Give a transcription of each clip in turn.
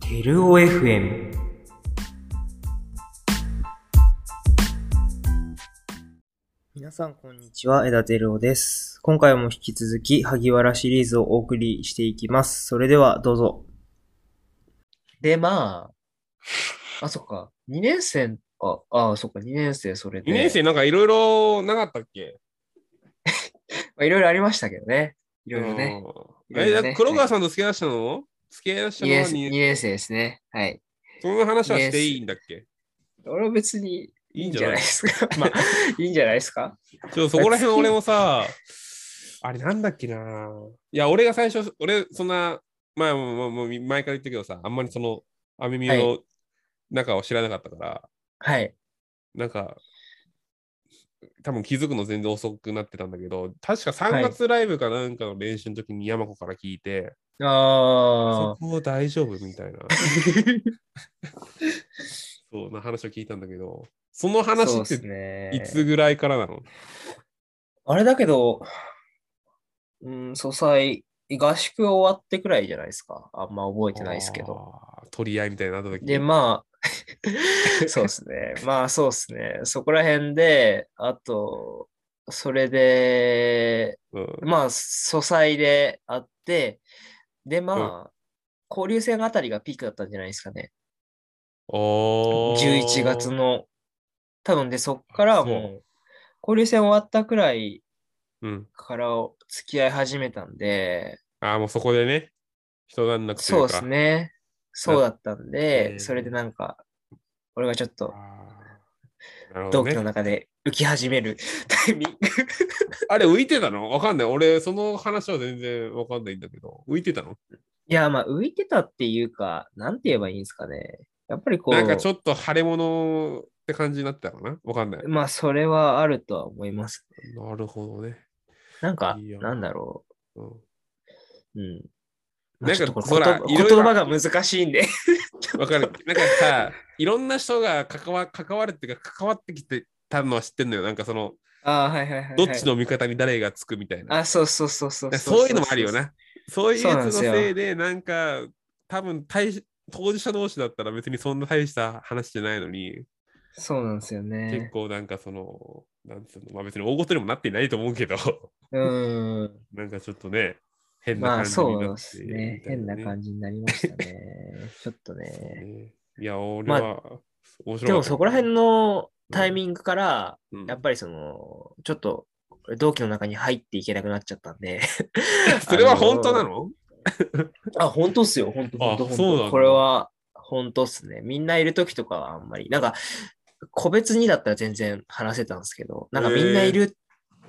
テルオ FM 皆さんこんにちは、枝テルオです。今回も引き続き、萩原シリーズをお送りしていきます。それではどうぞ。で、まあ、あ、そっか、2年生、あ、あ、そっか、2年生、それで。 2年生なんかいろいろなかったっけまあいろいろありましたけどね。いろいろね。うんいろいろえ、ねだ黒川さんと付き合いだしたの付き合いだした2のは年生2 ,2 年年生ですね。はい。その話はしていいんだっけ俺は別にいいいいんんじじゃゃなないいですか。まあ いいんじゃないですか。ちょそこら辺俺も さ、あれなんだっけないや、俺が最初、俺そんな、まあ、もうもう前から言ったけどさ、あんまりその、アメミはの中を知らなかったから、はい。なんか、多分気づくの全然遅くなってたんだけど、確かは3い月ライブかなんかの練習の時に山子から聞いて、あそこ大丈夫みたいな。そうな話を聞いたんだけど、そのあ、そ話うっですてね。いつぐらいからなの、あれだけど、うん、素材、合宿終わってくらいじゃないですか。あんま覚えてないですけど。あー。取り合いみたいになった時で、ま あ、そうですね。まあ、そうですね。そこら辺で、あと、それで、うん、まあ、素材であって、で、まあ、交流戦あたりがピークだったんじゃないですかね。おー11月。の。多分で、そっからはそもう、交流戦終わったくらいうん、から付き合い始めたんで、ああ、もうそこでね、人段落といそううか。です。ね。そうだったんうで、んそれでなんか、俺がちょっとなるほど同期のね、中で浮き始めるタイミング。あれ浮いてたのわかんない。俺、その話は全然わかんないんだけど、浮いてたのいや、まあ、浮いてたっていうか、なんて言えばいいんですかね。やっぱりこう、なんかちょっと腫れ物って感じになってたのかなわかんない。まあ、それはあるとは思います。なるほどね。なんかいい、よなんだろうん、う。うん。なんかちょっとこれほら言葉いろいろ言葉が難しいんで。わかる。なんかさ、いろんな人が関わ関わるっていうか、関わってきてたのは知ってんのよ。なんかその、 ああ、はいはいはい、はい。どっちの味方に誰がつくみたいな。あ、そうそうそうそうそういうのもあるよ。な。そういうそうやなんでつのすよせいで、なんか、多分対し当事者同士だったら別にそんな大した話じゃないのに、そうなんですよ結ね。構なんかその、なんつうの、まあ別に大ごとにもなっていないと思うけど、 うーん。なんかちょっとね、変なま感あ、じにそうなでってすね。変な感じになりましたね。ちょっ とね。じ。いや、俺は、ま面白かったでも、そこら辺のタイミングから、うんやっぱりその、ちょっと、同期の中に入っていけなくなっちゃったんで。 それは本当なののあ、本当っすよ。本当あ本当本そうなん当だこれは本当っすね。みんないるときとかはあんまり。なんか、個別にだったら全然話せたんですけど、なんかみんないるっ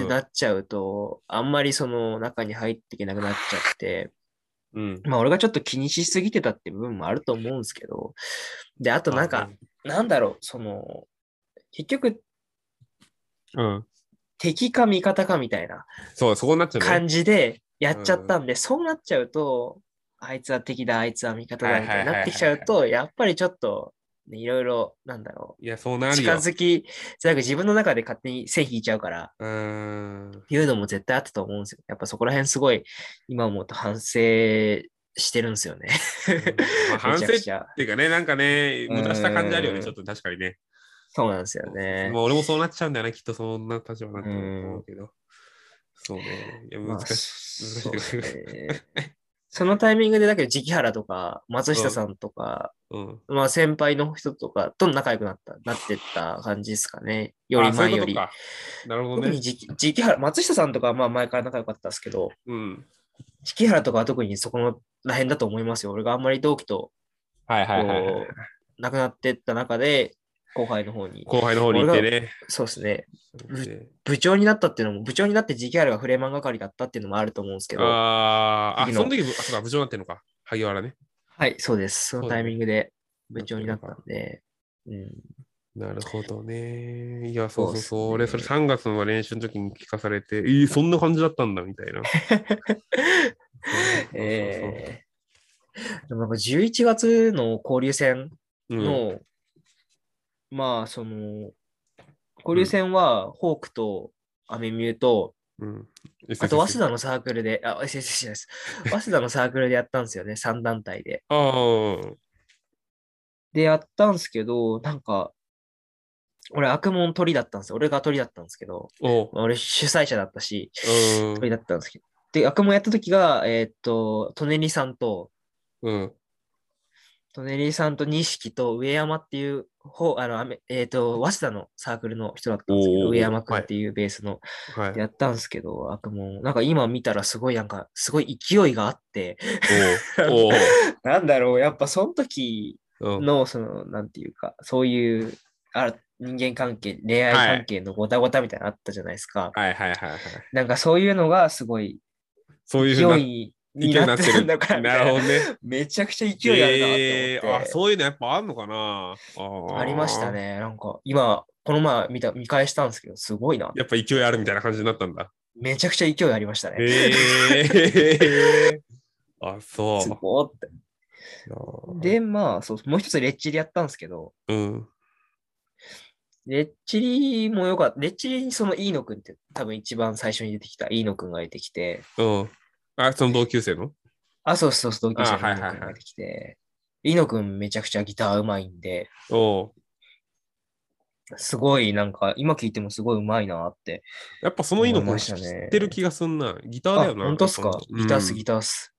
てなっちゃうと、あんまりその中に入っていけなくなっちゃって、うん。まあ俺がちょっと気にしすぎてたって部分もあると思うんですけど、で、あとなんか、なんだろう、その、結局、うん。敵か味方かみたいなそう、そこになっちゃうね。感じでやっちゃったんで、そうなっちゃうと、あいつは敵だ、あいつは味方だみたいになってきちゃうと、やっぱりちょっと、ね、いろいろ、なんだろいや、そうう、なる近よ。づき、じゃなく自分の中で勝手に線引いちゃうから、う ーん。いうのも絶対あったと思うんですよ。やっぱそこら辺すごい、今思うと反省してるんですよね。まあ、反省 めっちゃくちゃ。ていうかね、なんかね、無駄した感じあるようね、んちょっと確かにね。そうなんですよねま。あ俺もそうなっちゃうんだよね、きっとそんな立場なんだと思うけど。そうね。いや、まあ難しい。そう難でしい。すね そのタイミングで、だけど、直原とか、松下さんとか、うん。まあ先輩の人とかと仲良くなった、なってった感じですかね。よりあそう前いうよことり。か。なるほ特どにね。時期時期原、松下さんとかはまあ前から仲良かったですけど、うん。時期原とかは特にそこのら辺だと思いますよ。俺があんまり同期とはいこはう、いはい。亡くなってった中で、後輩の方に、後輩の方に行ってね。そうですね、うん部長になったっていうのも、部長になって時期原がフレーマン係だったっていうのもあると思うんですけど、はあーあ、次そのの時、あ、そうか、部長になってんのか。萩原ね。い、そうです。そのタイミングで部長になったんで、うん、なるほどね。いや、そうそうそう。そうっ俺、すそねれ3月の練習の時に聞かされて、えーそんな感じだったんだみたい な。えーでもなんか11月の交流戦そうそうそううんの、まあその交流戦はホークとアメミューとうん。あと、早稲田のサークルで、あ、先生じゃないです。早稲田のサークルでやったんですよね、3団 体で。ああ、で、やったんですけど、なんか、俺、悪門鳥だったんですよ。俺が鳥だったんですけど、おう。俺、主催者だったし、うん鳥だったんですけど。で、悪門やった時が、えーっと、トネリさんと、うん。トネリさんと錦と上山っていう、ほうあの、あめえーっと、早稲田のサークルの人だったんですけおど、ー上山くんはいっていうベースの、はい。やったんですけど、悪門。なんか今見たらすごい、なんか、すごい勢いがあって、おう。なんだろう、やっぱその時おう。うん。の、その、なんていうか、そういう、あ人間関係、恋愛はい関係のごたごたみたいなのあったじゃないですか。 はいはいはいはい。なんかそういうのがすごいそういう勢ふうない意見ににななっっててるる。んだからみなたいるなほどね。めちゃくちゃ勢いあるなえと思ーっあ、て。そういうのやっぱあんのかなあありましたね。ね。なんか今、この前見た見返したんですけど、すごいな。やっぱ勢いあるみたいな感じになったん だ。めちゃくちゃ勢いありましたね。ええ あ、そすごーって。う。、で、まあ、そう、もう一つレッチリやったんですけど、うん。レッチリもよかった。レッチリにその飯野くんって多分一番最初に出てきた飯野くんが出てきて、うん。あ、その同級生のあ、そうそうそう、同級生のあはい飯はい野はいくんが出てきて、飯野くんめちゃくちゃギターうまいんで、おうすごいなんか今聴いてもすごいうまいなってやっぱそのいいの思いもま知したっねてる気がすんな。ギターだよな。あ、本当っすなかんそのギターっす、うんギターっす。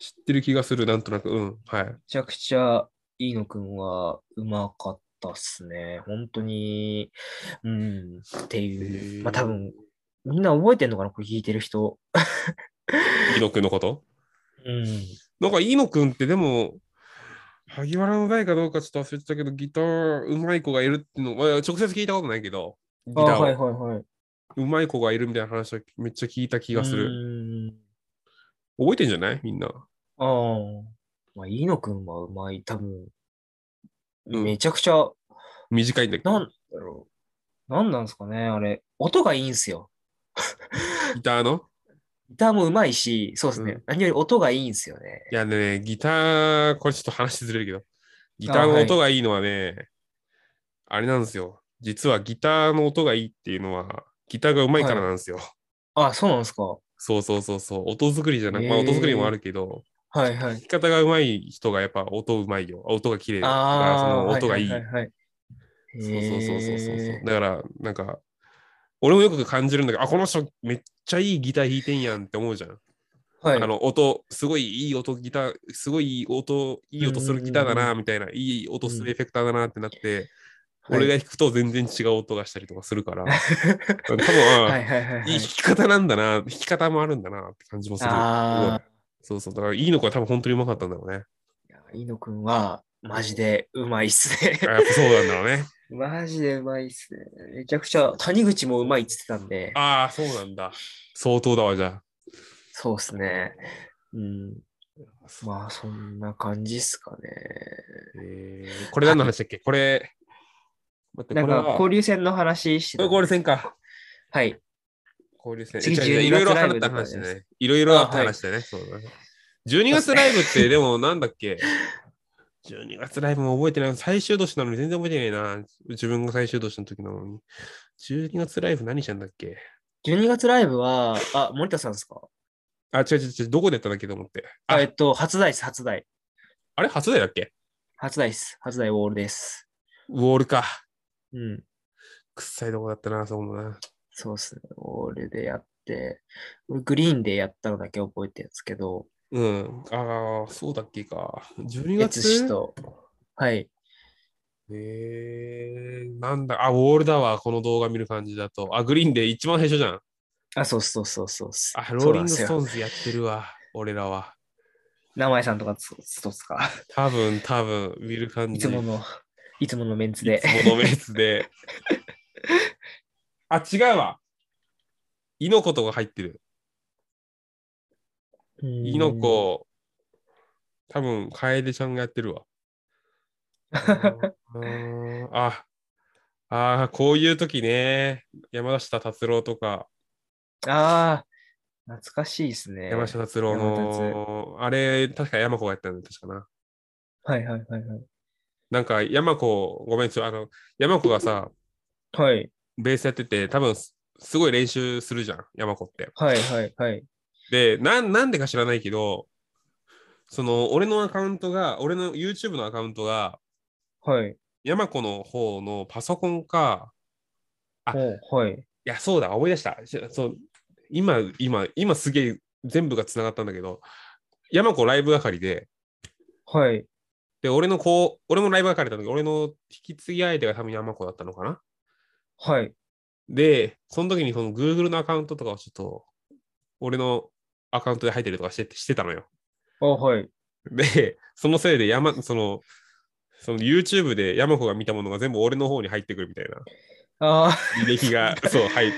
知ってる気がする、なんとなく。うん。はいめ。ちゃくちゃ、飯野くんはうまかったっすね。本当に、うん、っていへーう。まあ多分、みんな覚えてんのかなこれ聞いてる人。イノくんのことうん。なんか、イノくんってでも、萩原の代かどうかちょっと忘れてたけど、ギターうまい子がいるっていうの、まあ、直接聞いたことないけど、ギあタあ、はいーをはいはい。うまい子がいるみたいな話をめっちゃ聞いた気気がする。る。覚えてんじゃないみんな。ああ。まあ、飯野くんはうまい。多分、うんめちゃくちゃ、短いんだけなど。んだろう。なんなんですかねあれ、音がいいんすよ。ギターのギターもうまいし、そうですね。うん何より音がいいんすよね。いやね、ギター、これちょっと話ずれるけど、ギターあのはい音がいいのはね、あ,、れなんですよ。実はギターの音がいいっていうのは、ギターがうまいからなんですよ。あ、そうなんですか。はそうそうそうそう。音作りじゃなく、まあへー音作りもあるけど、いはい弾。き方がうまい人がやっぱ音うまいよ。音が綺麗だから、そああのー、音がいい。はそうはははいそうそうそうそうへそう。だから、なんか、俺もよく感じるんだけど、あ、この人めっちゃいいギター弾いてんやんって思うじゃん。ーはい。あの音、すごいいい音、ギター、すごいいい音、いい音するギターだな、みたいな、いい音するエフェクターだなってなって、はい俺が弾くと全然違う音がしたりとかするから、多分、はいいはいはいはいい弾き方なんだな、弾き方もあるんだなって感じもする。ああ、そうそう、だからいいのか多分本当にうまかったんだろうね。いや飯野くんは、マジでうまいっすね。あやっぱそうなんだろうね。 マジでうまいっすね。めちゃくちゃ、谷口もうまいっつってたんで、ああ、そうなんだ。相当だわ、じゃそうっすね。うん。あ。まあ、そんな感じっすかね。えーこれ何の話だっけこれ、待って、なんこれか、は交流戦の話してたんでゴール戦か。はい。交流戦。次え違う違うい12ろいろライ話ブったとかで話すだね。いろいろあったあはい話だね。そうだね。12月ライブって、でもなんだっ け ?12 月ライブも覚えてない。最終年なのに全然覚えてないな。自分が最終年の時なのに。12月ライブ何したんだっけ12月ライブは、あ、森田さんですかあ、違う違う違う。どこでやったんだっけと思って。ああ、えっと、初台っす、初台。あれ初代だっけ初台っす。初台ウォールです。ウォールか。うん。くっさいとこだったな、そうだな。そうっすね。オールでやって、俺グリーンでやったのだけ覚えてるんですけど、うん。ああ、そうだっけか。12哲月司と、はい。えー、なんだ、あ、ウォールだわ、この動画見る感じだと。あ、グリーンで一番最初じゃん。あ、そうそうそうそうっす。あ、そローうリなンんグですスよトーンズやってる わ、俺らは。名前さんとかそうそうっすか。多分、多分、見る感いじ。つもの、いつものメンツいで。つものメンツ で。あ、違うわ。イノコとか入ってる。イノコ、多分、カエデちゃんがやって るわ。うんあ、あー、こういう時ね、山下達郎とか、うん。ああ、懐かしいですね。山下達郎の、あれ、確か山子がやったんだよ、確かな。はいはいはいはい。なんか、山子、ごめん、ちょ、あの、山子がさ、はい。ベースやってて、多分すごい練習するじゃん、山子って。はいはいはい。で、なん、なんでか知らないけど、その、俺のアカウントが、俺の YouTube のアカウントが、はい。山子の方のパソコンか、あおはい。いや、そうだ、思い出した。しそう今、今、今すげえ全部がつながったんだけど、山子ライブ係で、はい。で、俺のこう、俺もライブ係だったんだけど、俺の引き継ぎ相手が多分山子だったのかな。はい。で、その時にその Google のアカウントとかをちょっと、俺のアカウントで入ってるとかしてしてたのよ。あ、はい。で、そのせいで山、その、その YouTube で山子が見たものが全部俺の方に入ってくるみたいなあ履 歴が、そう、入って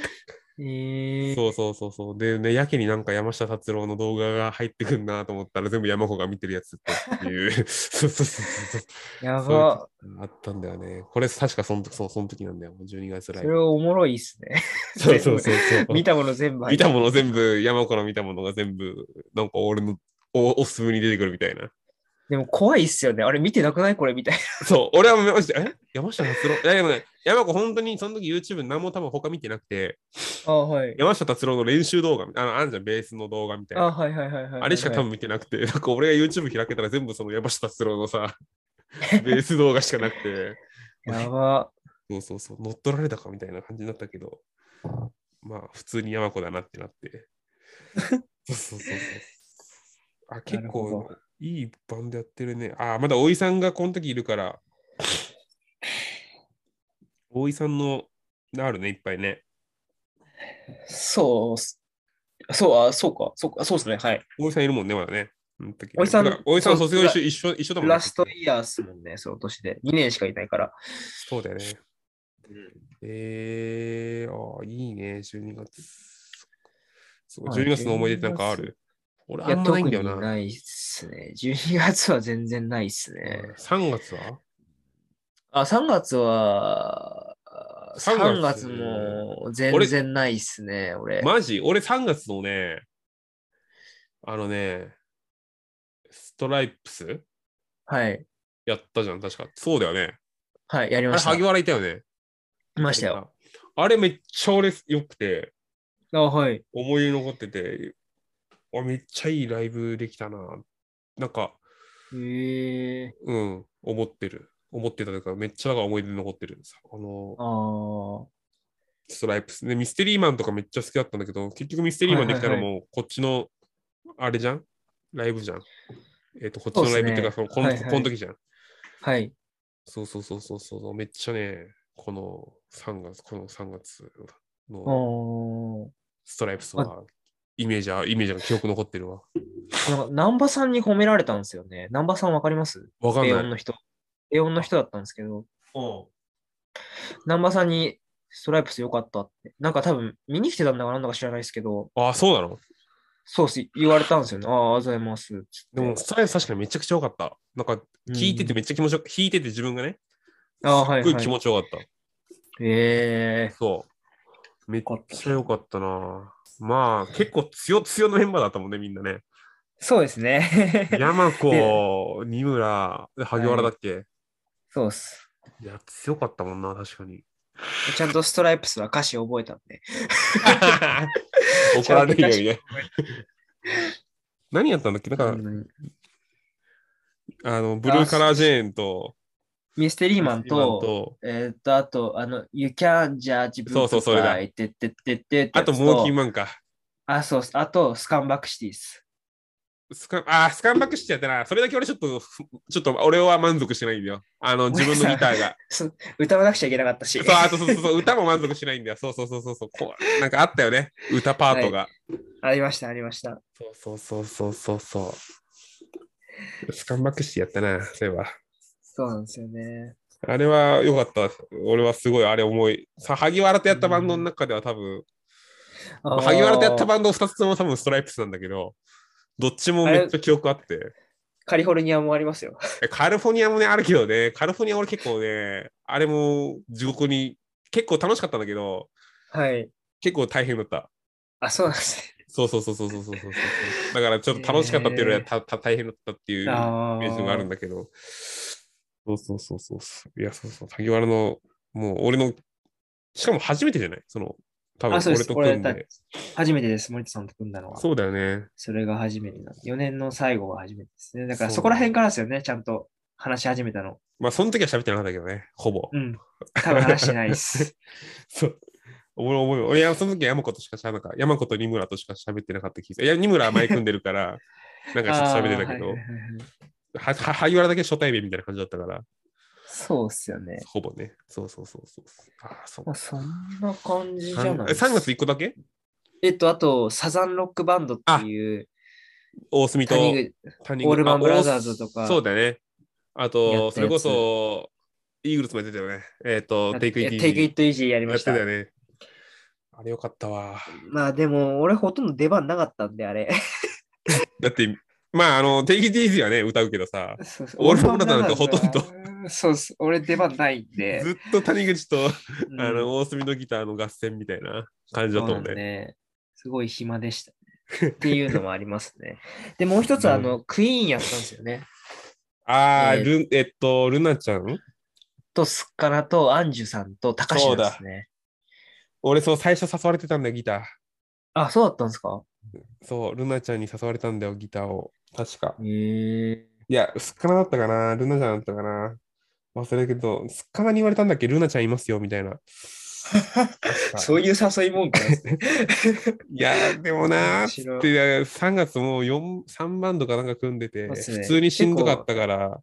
ーえー。そうそうそうそう。でね、やけになんか山下達郎の動画が入ってくんなと思ったら全部山子が見てるやつっ ていう。そうそうそうそうやそういうば。あったんだよね。これ確かその時そうその時なんだよ。12月ラそイブれ。おもろいっすね。そうそうそうそう。見たもの全部入見ってたもの全部、山子の見たものが全部、なんか俺のおおすすめに出てくるみたいな。でも怖いっすよね。あれ見てなくないこれみたいそう、俺はマジで、え山下達郎いやでもね、山子本当にその時 YouTube 何も多分他見てなくて、な。あ、はい。山下達郎の練習動画、あの、あんじゃん、ベースの動画みたいな。あ、 はいはいはいはいはい。あれしか多分見てなくて、なんか俺が YouTube 開けたら全部その山下達郎のさ、ベース動画しかなくて、やば。そうそうそう、乗っ取られたかみたいな感じになったけど、まあ普通に山子だなって なって。そうそうそうそう。あ、結なる構ほいいバンドやってるね。あ、まだ大井さんがこの時いるから、大井さんのあるね、いっぱいね。そうっす。そう、あ、そうか。そうか。そうっすね。はい。大井さんいるもんね、まだね。うん時大井さんだから大井さんそう卒業一緒一緒一緒だもんね。ラストイヤーっすもんね。その年で。2年しかいないから。そうだよね。えー、あーいいね、12月。そうはい12月の思い出ってなんかある俺いあや、んま特ないんにだよな。ないっすね。12月は全然ないっすね。 3月はあ、3月は、あ3 3月月も全然ないっすね、俺。マジ俺3月のね、あのね、ストライプスはい。やったじゃん、確か。そうだよね。はい、やりあまれ、した。萩原いたよね。いましたよ。あれめっちゃ俺良くて、あ、はい。思い出に残ってて、あめっちゃいいライブできたな。なんか、へえ。うん、思ってる。思ってたというか、めっちゃなんか思い出に残ってる。さあのあ、あ。はストライプス。で、ミステリーマンとかめっちゃ好きだったんだけど、結局ミステリーマンできたのはも、こっちの、あれじゃんライブじゃん。えっ、と、こっちのライブっていうか、そそうのっすねこの、はいはいこの時じゃん。い。そうそうそうそうそう。めっちゃね、この3月、この3月のおストライプスは、イメージは、イメージが記憶残ってるわ。なんか、南波さんに褒められたんですよね。南波さんわかりますわかん英な音い。の人。英音の人だったんですけど、南波さんにストライプス良かったって。なんか多分、見に来てたんだかなんだか知らないですけど、ああ、そうなのそうっす、言われたんですよね。ああ、ありがとうございます。つってでも、ストライプス確かにめちゃくちゃ良かった。なんか、聞いててめっちゃ気持ちよく、弾いてて自分がね、うんああ、はい、すっはごい気い。持ちよかった。ええそう。めっちゃ良かったな。まあ、結構強強のメンバーだったもんね、みんな ね。そうですね。山子、二村、で萩原だっけ、そうっす。い、や、強かったもんな、確か に。ちゃんとストライプスは歌詞覚えたんで。怒られるよ ね。何やったんだっけなんか、うんあの、ブルーカラージェーンと、ミステリーマンリーマンと、とえーっと、あと、あの、You can judge そうそうそれだ by てってってってってあと、モーキーン。マンか。あ、そうっす。あと、スカンバックシティっす。スカンあースカンバックしてやったな。それだけ俺ちょっと、ふちょっと俺は満足してないんだよ。あの、自分のギターが。そ歌わなくちゃいけなかったし。そう、あとそうそうそう、歌も満足しないんだよ。そうそうそうそうそうこう。なんかあったよね、歌パートが。 ありました、ありました。そうそうそうそうそうそう。スカンバックしてやったな、そういえば。そうなんですよね。あれは良かった。俺はすごいあれ思い。さ、萩原とやったバンドの中では多分、まあ萩原とやったあーバンド2つとも多分ストライプスなんだけど、どっちもめっちゃ記憶あって。カリフォルニアもありますよ。えカリフォルニアもね、あるけどね、カリフォルニア俺結構ね、あれも地獄に、結構楽しかったんだけど、はい。結構大変だった。あ、そうなんですそうそうそうそうそうそうそうそう。だからちょっと楽しかったっていうよりはへーたた大変だったっていうイね。メあージがあるんーだけど。そうそうそうそうそう。いや、そうそう。萩原の、もう俺の、しかも初めてじゃないその、多分あそうで俺すと組ん俺だで。初めてです、森田さんと組んだのは。そうだよね。それが初めてなの。4年の最後が初めてですね。だからそうそこら辺からですよね、ちゃんと話し始めたの。まあ、その時は喋ってなかったけどね、ほぼ。 うん。多分話してないです。そう。俺、覚え俺、俺その時は山子としか喋らなかった。山子と二村としか喋ってなかった気がする。いや、二村は前組んで るから、なんかちょっと喋ってたけあーどはいはい、はいはいは、は、萩原だけ初対面みたいな感じだったから、そうっすよね。ほぼね。そうそうそうそう。ああ、そうまあ、。そんな感じじゃ三ないえ三月一個だけえっと、あと、サザンロックバンドっていう、大隅と谷口谷オールマンあブラザーズとか大そうだね。あやったと、やつそれこそ、イーグルスもやってたよね。えっ、と、テイクイティテイクイットイージーやりやまっしてたた。よね。あれよかったわ。まあでも、俺ほとんど出番なかったんで、あれ。だって、まあ、あの、テイクイティーズはね、歌うけどさ、そう そうオールマンブラザーズなんてほとん ど。そうっす。俺出番ないんで。ずっと谷口と、うんあの、大隅のギターの合戦みたいな感じだったもそんうなんね。ねすごい暇でしたね。っていうのもありますね。 で、もう一つ、あの、クイーンやったんですよね。あえー、ールンえっと、ルナちゃんと、すっからと、アンジュさんと、高橋ですね。俺、そう、最初誘われてたんだよ、ギター。あ、そうだったんですかそう、ルナちゃんに誘われたんだよ、ギターを。確か。へえ。いや、すっかなだったかな、ルナちゃんだったかな。忘れたけど、すっかなに言われたんだっけ、ルナちゃんいますよ、みたいな。 そういう誘い文句なんですね。いや、でもな 面ー、つ白いって、3月もう4 3バンドかなんか組んでて、そうっすね普通にしんどかったから、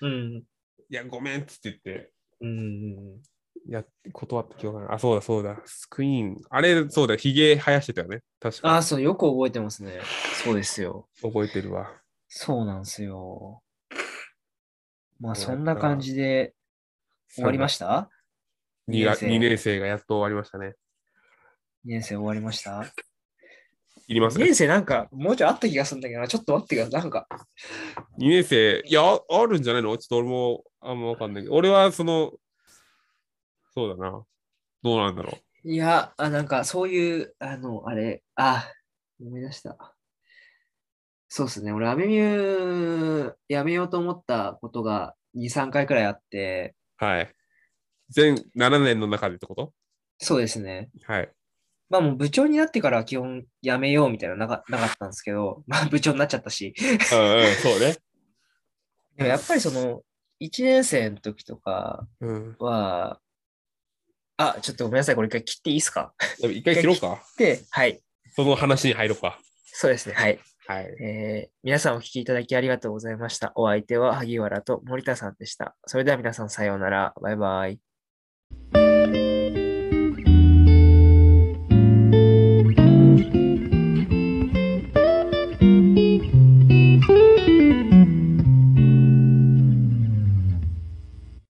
うん。いや、ごめんっつって言って、うん。やっ断った記憶がない。あ、そうだそうだ、スクイーン。あれ、そうだ、ひげ生やしてたよね。確かあ、そう、よく覚えてますね。そうですよ。覚えてるわ。そうなんですよ。まあ、そうそやったんな感じで終わりまししたた二 2, 年生年生がやっと終わりましたね。 ?2 年生終わりましたいります2年生なんか、もうちょいあった気がするんだけどな、ちょっと待ってください。なんか、 2年生、いや、ああるんじゃないのちょっと俺もあんまわかんないけど、俺はその、そうだな。どうなんだろいや、あなんか、そういう、あの、あれ、あ、思い出した。そうですね、俺、アメミューやめようと思ったことが2、3回くらいあって、う。はい。全7年の中でってことそうですね。はい。まあもう部長になってからは基本やめようみたいなのなかなかったんですけど、まあ部長になっちゃったし。うんうん、そうね。でもやっぱりその、1年生の時とかうん。は、あ、ちょっとごめんなさい、これ一回切っていいですか でも一回切ろうか。で、はい、その話に入ろうか。そうですね、はい。はい。えー皆さんお聞きいただきありがとうございました。お相手は萩原と森田さんでした。それでは皆さんさようなら。バイバイ。 「君の声が聞こえる」